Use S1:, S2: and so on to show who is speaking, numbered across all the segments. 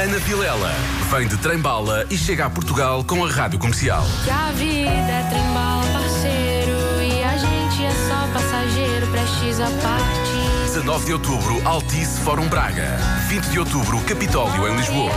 S1: Ana Vilela vem de Trembala e chega a Portugal com a Rádio Comercial.
S2: Que a vida é trembala, parceiro, e a gente é só passageiro, prestes a partir.
S1: 19 de outubro, Altice Fórum Braga. 20 de outubro, Capitólio, em Lisboa.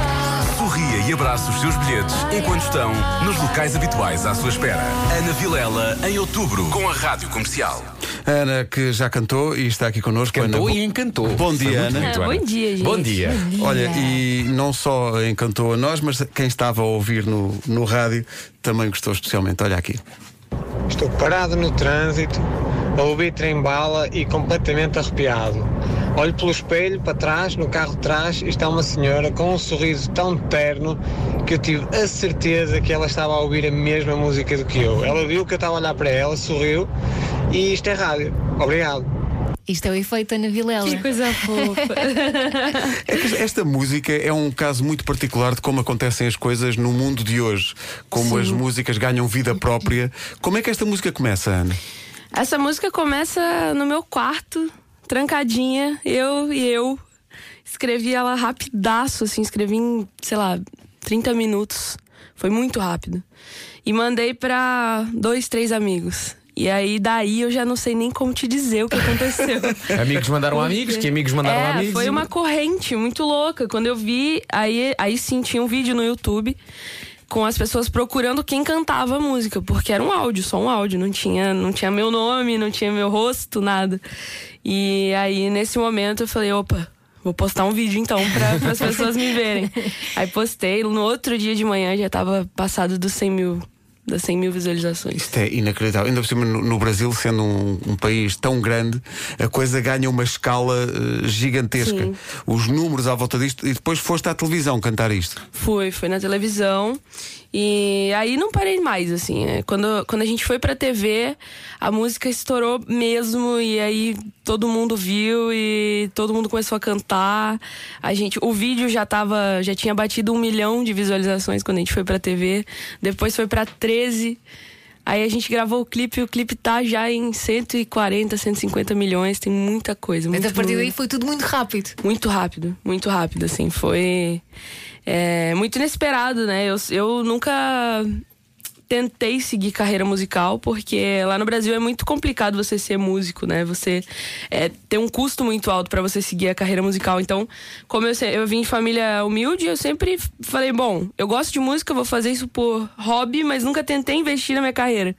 S1: Sorria e abraça os seus bilhetes enquanto estão nos locais habituais à sua espera. Ana Vilela, em outubro, com a Rádio Comercial.
S3: Ana, que já cantou e está aqui connosco.
S4: Cantou
S3: Ana,
S4: e encantou.
S3: bo- Bom dia, Ana.
S2: Ah, bom dia, gente.
S4: Bom dia.
S3: Olha, e não só encantou a nós, mas quem estava a ouvir no, no rádio também gostou especialmente. Olha aqui.
S5: Estou parado no trânsito, a ouvir trem-bala e completamente arrepiado. Olho pelo espelho para trás, no carro de trás, e está uma senhora com um sorriso tão terno que eu tive a certeza que ela estava a ouvir a mesma música do que eu. Ela viu que eu estava a olhar para ela, sorriu e isto é rádio. Obrigado.
S6: Isto é o efeito Ana Vilela.
S2: Que coisa fofa.
S3: É que Esta música é um caso muito particular de como acontecem as coisas no mundo de hoje, como as músicas ganham vida própria. Como é que esta música começa, Ana?
S2: Essa música começa no meu quarto, trancadinha, eu e eu. Escrevi ela rapidaço, assim, escrevi em, sei lá, 30 minutos. Foi muito rápido. E mandei pra dois, três amigos. E aí, daí, eu já não sei nem como te dizer o que aconteceu.
S4: Amigos mandaram amigos, que amigos mandaram
S2: é,
S4: amigos.
S2: Foi
S4: e-
S2: uma corrente muito louca. Quando eu vi, aí, aí sim tinha um vídeo no YouTube com as pessoas procurando quem cantava a música, porque era um áudio, só um áudio, não tinha, não tinha meu nome, não tinha meu rosto, nada. E aí nesse momento eu falei, opa, vou postar um vídeo então para as pessoas me verem. Aí postei, no outro dia de manhã já tava passado dos 100 mil, das 100 mil visualizações.
S3: Isto é inacreditável. Ainda por cima, no, no Brasil, sendo um, um país tão grande, a coisa ganha uma escala eh, gigantesca.
S2: Sim.
S3: Os números à volta disto, e depois foste à televisão cantar isto.
S2: Foi, foi na televisão. E aí não parei mais, assim. é, Quando, quando a gente foi pra TV, a música estourou mesmo. E aí todo mundo viu e todo mundo começou a cantar. A gente, o vídeo já tava. Já tinha batido um milhão de visualizações quando a gente foi pra TV. Depois foi pra 13. Aí a gente gravou o clipe e o clipe tá já em 140, 150 milhões. Tem muita coisa.
S6: Mas
S2: muito,
S6: a partir daí foi tudo muito rápido.
S2: muito rápido, muito rápido, assim. Foi é, muito inesperado, né? Eu, eu nunca tentei seguir carreira musical, porque lá no Brasil é muito complicado você ser músico, né? Você é, tem um custo muito alto para você seguir a carreira musical. Então, como eu, se- eu vim de família humilde, eu sempre f- falei, bom, eu gosto de música, vou fazer isso por hobby, mas nunca tentei investir na minha carreira.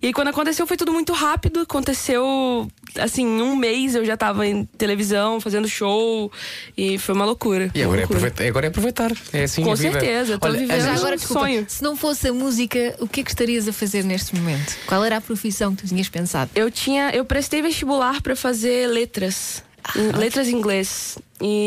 S2: E aí, quando aconteceu, foi tudo muito rápido. Aconteceu, assim, em um mês eu já tava em televisão, fazendo show, e foi uma loucura.
S4: E agora é,
S2: Loucura.
S4: aproveitar, agora é aproveitar. É assim
S2: Com
S4: a vida.
S2: certeza, estou
S4: Olha,
S2: vivendo.
S4: Ana,
S6: Já
S2: um
S6: agora, desculpa,
S2: sonho.
S6: se não fosse a música, o que é que estarias a fazer neste momento? Qual era a profissão que tu tinhas pensado?
S2: Eu tinha, eu prestei vestibular pra fazer letras, Em- letras em inglês.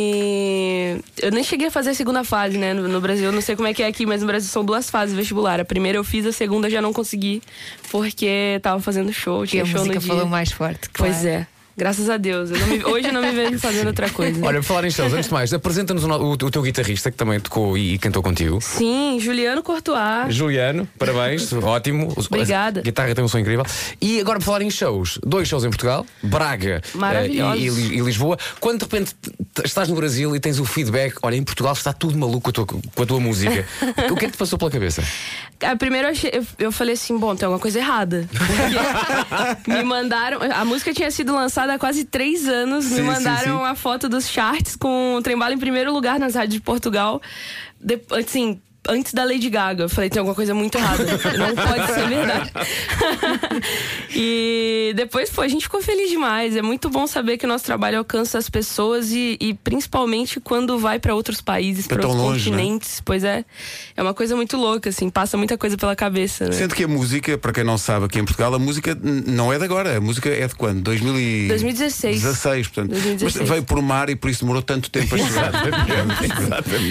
S2: E eu nem cheguei a fazer a segunda fase, né? No, no Brasil, eu não sei como é que é aqui, mas no Brasil são duas fases vestibular. A primeira eu fiz, a segunda já não consegui porque tava fazendo show,
S6: Que
S2: tinha
S6: a
S2: show
S6: música
S2: no dia.
S6: falou mais forte.
S2: Pois é. Graças a Deus. Eu não me- hoje eu não me vejo fazendo outra coisa.
S4: Olha, por falar em shows, antes de mais, apresenta-nos o, no- o- o teu guitarrista que também tocou e, e cantou contigo.
S2: Sim, Juliano Courtois.
S4: Juliano, parabéns, ótimo.
S2: Obrigada.
S4: A guitarra tem um som incrível. E agora, por falar em shows, dois shows em Portugal, Braga eh, e,
S2: Maravilhosos.
S4: e Li- e Lisboa. Quando de repente t- t- estás no Brasil e tens o feedback, olha, em Portugal está tudo maluco com a tua, com a tua música, o que é que te passou pela cabeça?
S2: Ah, primeiro eu, achei- eu- eu falei assim, bom, tem alguma coisa errada. Porque me mandaram. A música tinha sido lançada há quase três anos. me
S3: Sim,
S2: mandaram
S3: sim, sim.
S2: a foto dos charts com o Trembala em primeiro lugar nas rádios de Portugal. De- assim. Antes da Lady Gaga, eu falei, tem alguma coisa muito errada. Não pode ser verdade. e depois, pô, a gente ficou feliz demais. É muito bom saber que o nosso trabalho alcança as pessoas e, e principalmente quando vai para outros países,
S3: Tá
S2: para
S3: tão
S2: outros
S3: longe, né?
S2: continentes diferentes, pois é. É uma coisa muito louca, assim, passa muita coisa pela cabeça, né?
S3: Sendo que a música, para quem não sabe aqui em Portugal, a música n- não é de agora. A música é de quando? 2000 e-
S2: 2016.
S3: 16, portanto.
S2: 2016.
S3: Mas veio por mar e por isso demorou tanto tempo a chegar.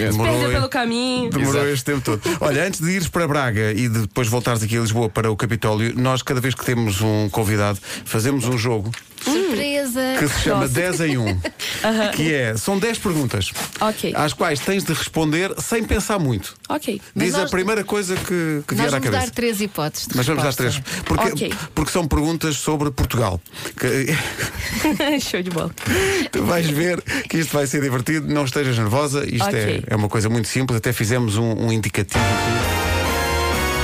S3: Demorou
S2: Perdeu
S3: aí.
S2: pelo caminho.
S3: Demorou
S4: Exato.
S3: este tempo todo. Olha, antes de ires para Braga e de depois voltares aqui a Lisboa para o Capitólio, nós, cada vez que temos um convidado, fazemos um jogo
S6: Surpresa!
S3: que se chama
S6: Nossa.
S3: 10 em 1, que é, são 10 perguntas
S2: Ok.
S3: às quais tens de responder sem pensar muito.
S2: Ok.
S6: Mas
S3: Diz a
S6: nós-
S3: primeira coisa que, que
S6: Nós
S3: vier à
S6: vamos
S3: cabeça.
S6: dar três hipóteses. de
S3: Mas vamos às três.
S6: resposta.
S3: Porque,
S2: Ok.
S3: porque são perguntas sobre Portugal. Que-
S2: Show de bola.
S3: tu vais ver que isto vai ser divertido, não estejas nervosa. Isto
S2: Ok.
S3: é, é uma coisa muito simples, até fizemos um, um indicativo. aqui.
S1: 10 10 em 1 em 1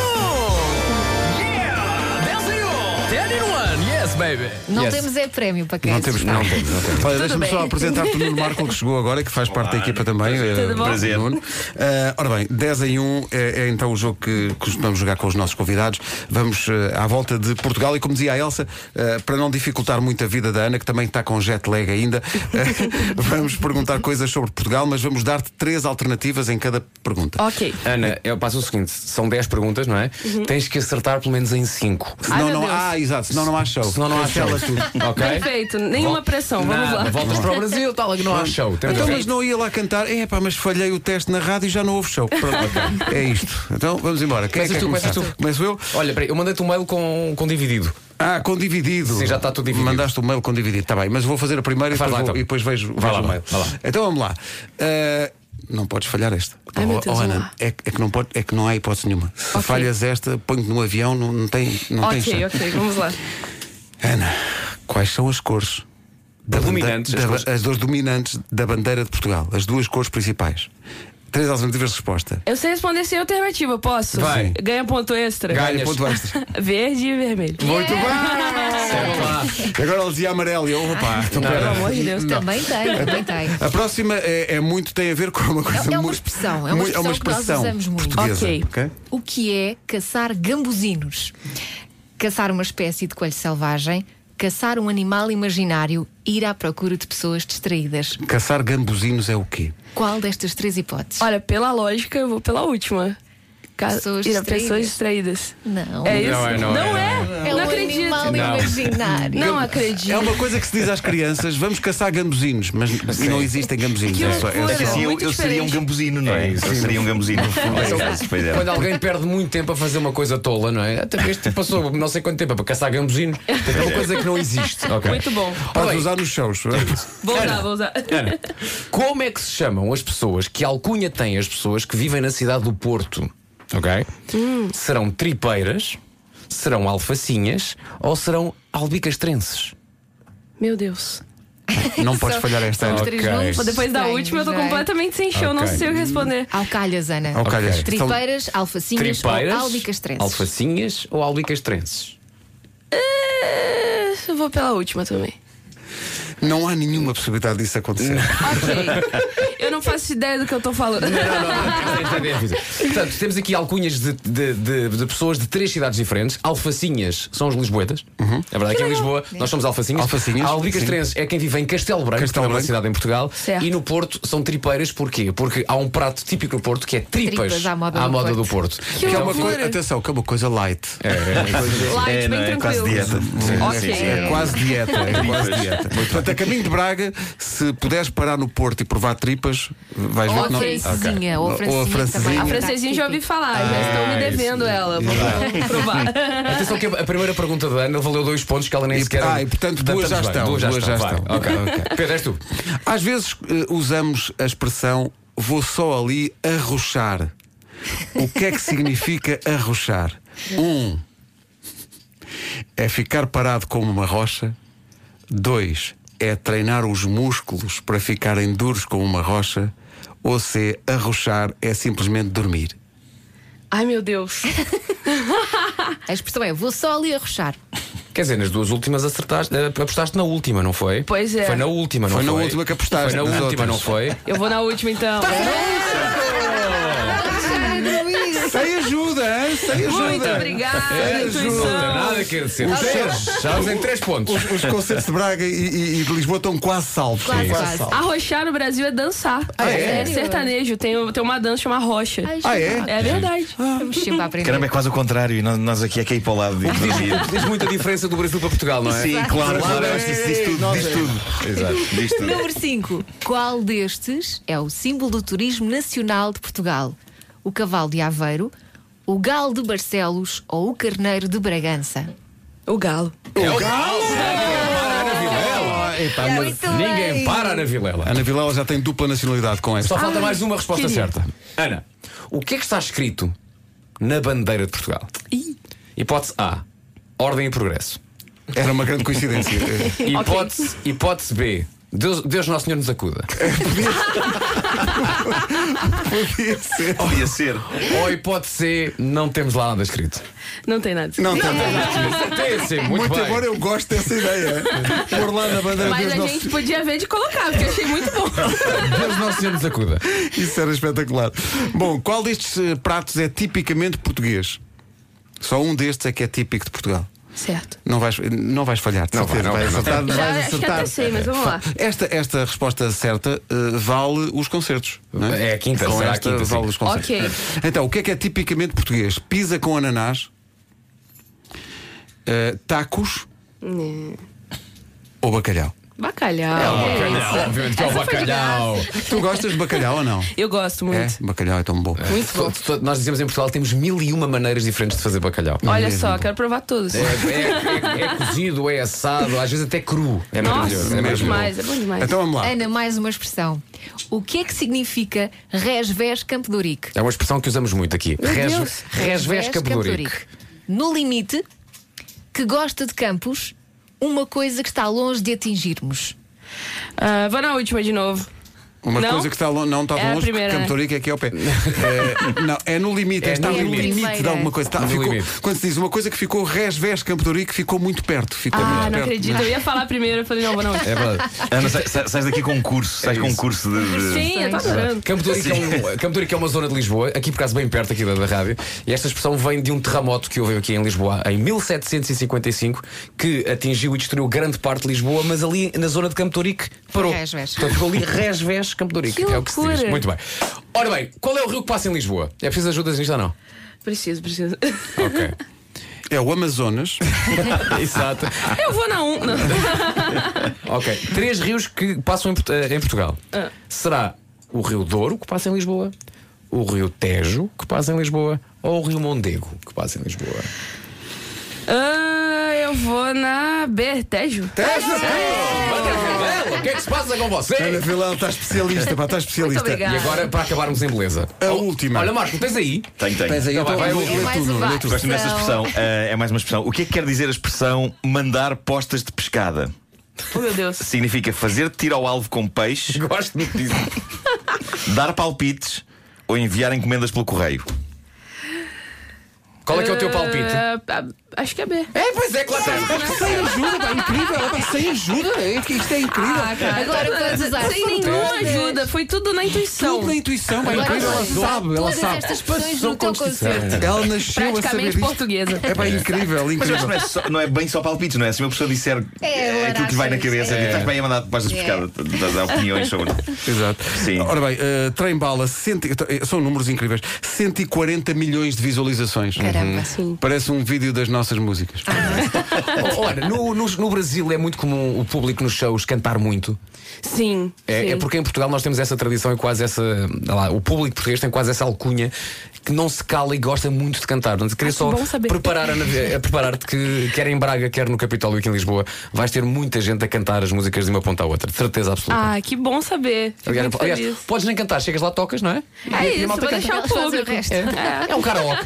S1: um. Yeah 10 em 1 10 em 1 Yes baby
S6: Não
S4: Yes.
S6: temos é prémio para quem
S3: Não temos,
S2: tá.
S3: não
S6: acertar.
S3: temos, não temos. Olha, deixa-me
S6: bem.
S3: só apresentar-te o Nuno Marco, que chegou agora, que faz parte da equipa também. eh,
S2: bom?
S3: Prazer. Nuno. Eh, ora bem, 10 em 1 é, é então o jogo que costumamos jogar com os nossos convidados. Vamos eh, à volta de Portugal e, como dizia a Elsa, eh, para não dificultar muito a vida da Ana, que também está com jet lag ainda, eh, vamos perguntar coisas sobre Portugal, mas vamos dar-te três alternativas em cada pergunta.
S2: Ok.
S4: Ana, eu passo o seguinte: são 10 perguntas, não é?
S2: Uhum.
S4: Tens que acertar pelo menos em 5.
S3: Senão
S2: Ai, meu
S3: não,
S2: Deus.
S3: ah, exato, senão não há show.
S4: Senão não há show.
S3: Cancela tudo.
S4: Ok?
S2: Perfeito. Nenhuma pressão. Vamos
S4: Nada,
S2: lá.
S4: Voltas para o Brasil, tal, que não há show. Temos
S3: Então,
S4: que-
S3: mas não ia lá cantar, é pá, mas falhei o teste na rádio e já não houve show. Pronto, é isto. Então vamos embora. Quem é que
S4: Começas tu,
S3: quer começar?
S4: começas tu.
S3: Começo eu?
S4: Olha, peraí, eu mandei-te um mail com, com dividido.
S3: Ah, com dividido.
S4: Sim, já está tudo dividido.
S3: Mandaste o mail com dividido, está bem, mas vou fazer a primeira e
S4: Faz
S3: depois,
S4: lá,
S3: vou-
S4: então.
S3: e depois vejo,
S4: Vai
S3: vejo
S4: lá,
S3: o mail.
S4: vai lá.
S3: Então vamos lá. Ah, não podes falhar esta.
S2: Ai, meu
S3: Oh,
S2: Deus,
S3: oh,
S2: vamos
S3: Ana,
S2: lá.
S3: é, que- é que não pode, é que não há hipótese nenhuma. Se
S2: Ok.
S3: falhas esta, ponho-te no avião, não, não tem. Não tem
S2: Ok,
S3: chance.
S2: ok. Vamos lá.
S3: Ana, quais são as cores da bande-
S4: Dominantes,
S3: da
S4: as
S3: ba-
S4: cores.
S3: as duas dominantes da bandeira de Portugal, as duas cores principais. Três alternativas de resposta.
S2: Eu sei responder sem alternativa, posso?
S4: Vai.
S2: Ganha ponto extra.
S4: Ganha.
S3: Olha, ponto extra.
S2: Verde e vermelho.
S3: Muito bem! Agora ele dizia amarelo e eu, opa, então
S4: Não,
S3: pera.
S2: Pelo amor de Deus.
S6: Também tem, também tem.
S3: A próxima é, é muito, tem a ver com uma coisa
S6: É- é uma
S3: mu-
S6: expressão, é uma
S3: mu-
S6: expressão que nós usamos muito.
S3: portuguesa.
S2: Ok.
S3: ok?
S6: O que é caçar gambuzinos? Caçar uma espécie de coelho selvagem, caçar um animal imaginário, ir à procura de pessoas distraídas.
S3: Caçar gambuzinos é o quê?
S6: Qual destas três hipóteses?
S2: Olha, pela lógica, eu vou pela última. Ca-
S6: Pessoas
S2: ir a
S6: distraídas.
S2: pessoas distraídas.
S6: Não.
S2: É isso?
S4: é, não é, não
S2: é?
S6: É
S2: Não
S6: um
S2: acredito.
S6: animal
S4: Não.
S6: imaginário.
S2: Não acredito.
S3: É uma coisa que se diz às crianças: vamos caçar gambuzinos, mas não existem gambuzinos.
S2: Que
S3: é só- é
S2: loucura.
S3: só-
S7: Sim, eu,
S2: Muito
S7: eu seria um
S2: diferente.
S7: gambuzino, não é? eu seria um gambuzino. Pois é.
S4: Quando alguém perde muito tempo a fazer uma coisa tola, não é? Até este passou não sei quanto tempo para caçar gambuzinos. É uma coisa que não existe. ok?
S2: Muito bom.
S4: Ora
S3: Podes
S4: bem,
S3: usar nos shows.
S2: Vou usar, vou usar.
S4: Ana, como é que se chamam as pessoas, que alcunha têm as pessoas que vivem na cidade do Porto? Ok?
S2: Hum.
S4: Serão tripeiras, serão alfacinhas ou serão albicastrenses?
S2: Meu Deus.
S3: Não podes falhar esta
S6: São os
S3: Ana.
S6: três
S4: Ok.
S6: nomes
S2: Depois da
S6: estranhos,
S2: última, eu tô
S6: não é?
S2: completamente sem chão, não
S4: Ok.
S2: sei o que responder.
S6: Alcalhas, Ana.
S3: Alcalhas.
S4: Ok.
S6: Tripeiras, alfacinhas ou albicastrenses?
S4: alfacinhas ou albicastrenses?
S2: Eh, Eu vou pela última também.
S3: Não há nenhuma possibilidade disso acontecer.
S2: Ok. eu não faço ideia do que eu tô falando.
S4: Portanto, temos aqui alcunhas de, de- de- de pessoas de três cidades diferentes. Alfacinhas são os lisboetas. É verdade que em Lisboa nós somos alfacinhas.
S3: Alfacinhas,
S4: Albicastrenses é quem vive em Castelo Branco,
S3: Castelo
S4: que é uma
S3: Branco.
S4: cidade em Portugal.
S2: Certo.
S4: E no Porto são tripeiras, porquê? Porque há um prato típico no Porto que é tripas,
S6: Tripas à moda do
S4: do,
S6: Porto.
S4: Porto.
S3: Que
S2: Que
S3: é uma
S2: loucura.
S3: coisa, atenção, que é uma coisa light.
S4: É, é,
S2: Light,
S7: É, não
S2: bem
S7: é? É quase
S2: tranquilo.
S7: dieta. Sim,
S2: Ok.
S7: sim, sim,
S3: É quase dieta, é quase dieta. Portanto, a caminho de Braga, se puderes parar no Porto e provar tripas, vais ver
S6: Ou
S3: que
S6: a
S3: não.
S6: francesinha, ou
S3: Ou
S6: a
S3: a
S6: francesinha.
S3: francesinha.
S2: A
S6: também.
S2: francesinha já ouvi falar, já estão me devendo ela. Vou provar.
S4: Atenção que a primeira pergunta da Ana valeu dois pontos que ela nem
S3: E-
S4: sequer.
S3: ah, e, portanto, duas já
S4: estamos bem,
S3: estão, duas já
S4: vai.
S3: estão.
S4: Ok, ok. Pedro, és tu.
S3: Às vezes eh, usamos a expressão vou só ali arrochar. O que é que significa arrochar? Um é ficar parado como uma rocha. Dois é treinar os músculos para ficarem duros como uma rocha. Ou C, arrochar é simplesmente dormir.
S2: Ai, meu Deus.
S6: A expressão é: vou só ali arrochar.
S4: Quer dizer, nas duas últimas acertaste, eh, apostaste na última, não foi?
S2: Pois é.
S4: Foi na última, não
S3: Foi
S4: foi?
S3: na última que apostaste,
S4: Foi na
S3: nas
S4: última,
S3: outras.
S4: não foi?
S2: Eu vou na última então.
S3: Sem ajuda, hein? sem ajuda.
S2: Muito obrigada,
S4: Não tem
S2: intuição.
S4: nada a querer dizer.
S3: Os
S4: Três. Já em três pontos.
S3: Os concertos de Braga e, e- e de Lisboa estão quase salvos.
S6: Quase, quase.
S2: Arrochar no Brasil é dançar.
S3: é?
S2: É sertanejo. Tem, tem uma dança chamada Rocha.
S3: Ah, é?
S2: É verdade.
S6: Vamos sempre a aprender.
S7: Caramba, é quase o contrário. e nós- Nós aqui é que é ir para o lado. de- de- de-
S4: Diz muita diferença do Brasil para Portugal, não é?
S7: Sim, claro, claro. eu acho que isso Diz tudo, diz tudo. Exato, diz tudo.
S6: Número 5. Qual destes é o símbolo do turismo nacional de Portugal? O cavalo de Aveiro, o galo de Barcelos ou o carneiro de Bragança?
S2: O galo.
S6: Muito
S4: Ninguém
S6: bem.
S4: para na Vilela.
S3: É, Ana Vilela já tem dupla nacionalidade com esta.
S4: Só falta mais uma resposta
S2: queria.
S4: certa. Ana, o que é que está escrito na bandeira de Portugal? Hipótese A: Ordem e Progresso.
S3: Era uma grande coincidência. Eh,
S4: Hipótese, hipótese B: Deus, Deus Nosso Senhor nos acuda.
S3: Podia ser.
S7: Oh, ia ser.
S4: Ou hipótese C: Não temos lá nada escrito.
S2: Não tem nada.
S3: Não, tá bem.
S4: Pensem, muito,
S3: Muito
S4: bem.
S3: embora eu gosto dessa ideia. Por lá na bandeira
S2: Mas
S3: Deus
S2: a
S3: Nosso
S2: gente podia ver de colocar, porque eu achei muito bom.
S4: Deus Nosso Senhor nos acuda.
S3: Isso era espetacular. Bom, qual destes eh, pratos é tipicamente português? Só um destes é que é típico de Portugal.
S2: certo.
S3: Não vais, não vais falhar, de
S7: Não vai,
S3: certeza.
S7: não vai,
S3: vais
S7: não
S3: acertar,
S2: Já
S3: vais
S2: acho que
S3: acertar.
S2: até sei, mas vamos lá.
S3: Esta, esta resposta certa eh, vale os concertos. não
S4: É a quinta,
S3: com
S4: será a
S3: esta
S4: quinta, sim.
S3: vale os concertos.
S2: Ok.
S3: Então, o que é que é tipicamente português? Pisa com ananás, eh, tacos ou bacalhau?
S2: Bacalhau.
S4: Bacalhau, obviamente que é o
S2: Essa foi de
S4: bacalhau.
S3: Tu gostas de bacalhau ou não?
S2: Eu gosto
S3: É,
S2: muito.
S3: bacalhau é tão bom.
S2: Muito bom.
S4: To- to- Nós dizemos em Portugal que temos mil e uma maneiras diferentes de fazer bacalhau.
S2: Olha
S3: mesmo
S2: só,
S3: bom.
S2: quero provar assim. todos.
S4: É, é- é- é cozido, é assado, às vezes até cru. É maravilhoso.
S2: Nossa,
S4: é
S2: é bom
S4: maravilhoso.
S2: demais, é bom demais.
S3: Então vamos lá.
S6: Ana, mais uma expressão. O que é que significa res vés Campo de Ourique?
S4: É uma expressão que usamos muito aqui.
S2: Deus.
S4: Res- Resvés Cabedorique.
S6: No limite, que gosta de campos, uma coisa que está longe de atingirmos.
S2: Ah, vou na última de novo.
S3: Uma
S2: Não?
S3: coisa que está longe, não está
S2: É a
S3: longe,
S2: primeira,
S3: porque
S2: né?
S3: Campo Rico é aqui ao pé. é, não, é no limite, é,
S4: É
S3: está
S4: no
S3: no limite,
S4: limite.
S3: de
S6: Primeira.
S3: alguma coisa. Está-
S4: No
S3: ficou-
S4: limite.
S3: quando se diz uma coisa que ficou res vés Campo de Rico, ficou muito perto. Ficou muito
S2: Ah, não
S3: perto.
S2: acredito. Eu ia falar primeiro, eu falei, não, vou na última.
S4: tá É verdade.
S7: Ana, sai- sai- sais daqui com um curso, sais
S4: É
S7: com um
S4: isso.
S7: curso de. de-
S2: Sim, eu tô adorando.
S4: Campo de Ourique é, um- Campo de Ourique é uma zona de Lisboa, aqui por acaso bem perto aqui da, da rádio, e esta expressão vem de um terremoto que houve aqui em Lisboa em 1755, que atingiu e destruiu grande parte de Lisboa, mas ali na zona de Campo de Ourique parou.
S6: Resvés.
S4: Portanto, ficou ali resvés Campo de Ourique.
S2: Que
S4: é o que se diz.
S2: loucura.
S4: Muito bem. Ora bem, qual é o rio que passa em Lisboa? É preciso ajudas nisto ou não?
S2: Preciso, preciso.
S4: Ok.
S3: É o Amazonas.
S4: Exato.
S2: Eu vou na um. Não.
S4: Ok. Três rios que passam em, Port- eh, em Portugal.
S2: Ah.
S4: Será o Rio Douro que passa em Lisboa, o Rio Tejo que passa em Lisboa ou o Rio Mondego que passa em Lisboa?
S2: Ah, eu vou na B, Tejo. Ah.
S4: O que é que se passa com
S3: Ana
S4: você?
S3: Vilão está especialista, pá, está especialista.
S2: Muito obrigada.
S4: E agora, para acabarmos em beleza.
S3: A
S4: Oh,
S3: última.
S4: Olha, Marco, tens aí.
S7: Tenho, tenho.
S3: Tens aí,
S4: Não,
S3: então
S4: vai, vai,
S3: vou-
S4: é
S3: lê
S6: mais
S3: tu,
S6: um
S3: Nuno, lê
S6: vai.
S3: tu.
S7: Gosto imenso dessa
S6: Expressão.
S7: expressão. Eh, é mais uma expressão. O que é que quer dizer a expressão mandar postas de pescada?
S2: Oh, meu Deus.
S7: Significa fazer tiro ao alvo com peixe,
S4: Gosto muito disso.
S7: dar palpites ou enviar encomendas pelo correio.
S4: Qual é que é o teu palpite?
S2: Ah, ah, acho que é B.
S4: É, pois é, claro.
S3: tá Sem ajuda, pá, incrível, ela está sem ajuda. é que Isto é incrível.
S6: Agora podes usar
S2: Sem nenhuma ajuda, foi tudo na intuição.
S3: Tudo na intuição, pá,
S6: Então, Agora
S3: incrível, ela
S6: podes usar
S3: sabe, ela
S6: todas
S3: sabe.
S6: estas expressões
S4: Sou
S6: no teu
S4: constitucional.
S6: concerto.
S3: Ela nasceu a saber
S2: Praticamente
S3: disto.
S2: portuguesa.
S3: É pá, incrível,
S7: Mas eu acho que
S3: incrível.
S7: não é, só- não é bem só palpites, não é? Se uma pessoa disser
S6: É,
S7: eh, aquilo que lhe vai na
S6: larachas,
S7: cabeça,
S6: é.
S7: é. estás bem a mandar postas de pescada, estás a dar opiniões sobre.
S3: Exato.
S7: Sim.
S3: Ora bem, eh, Trem-Bala, cento- eh, são números incríveis. 140 milhões de visualizações.
S6: Caramba. Ah,
S2: Sim.
S3: Parece um vídeo das nossas músicas.
S4: Olha, no, no- no Brasil é muito comum o público nos shows cantar muito.
S2: Sim.
S4: É,
S2: sim.
S4: é porque em Portugal nós temos essa tradição e quase essa. lá lá, o público português tem quase essa alcunha que não se cala e gosta muito de cantar. Portanto, queria
S2: Ah, que
S4: só
S2: bom saber.
S4: preparar a, nave- a preparar-te que, quer em Braga, quer no Capitólio aqui em Lisboa, vais ter muita gente a cantar as músicas de uma ponta à outra. De certeza absoluta.
S2: Ah, que bom saber. Fico
S4: Aliás,
S2: muito
S4: aliás,
S2: feliz.
S4: podes nem cantar, chegas lá, tocas, não é?
S2: É
S4: e a
S2: isso,
S4: malta
S2: vou
S4: canta.
S2: deixar o
S6: Eles fazem o
S2: público.
S6: resto.
S2: Ah.
S4: É um karaoke.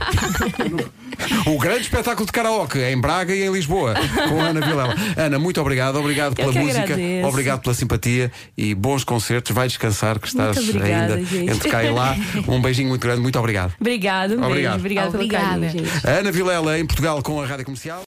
S3: O grande espetáculo de karaoke em Braga e em Lisboa, com a Ana Vilela. Ana, muito obrigado, obrigado pela
S2: que
S3: música,
S2: agradeço.
S3: obrigado pela simpatia e bons concertos. Vai descansar, que estás
S2: Muito obrigada,
S3: ainda
S2: gente.
S3: entre cá e lá. Um beijinho muito grande, muito obrigado.
S2: Obrigado, um
S3: Obrigado.
S2: beijo. Obrigada pelo
S6: Obrigada.
S2: carinho, gente.
S3: A Ana Vilela em Portugal com a Rádio Comercial.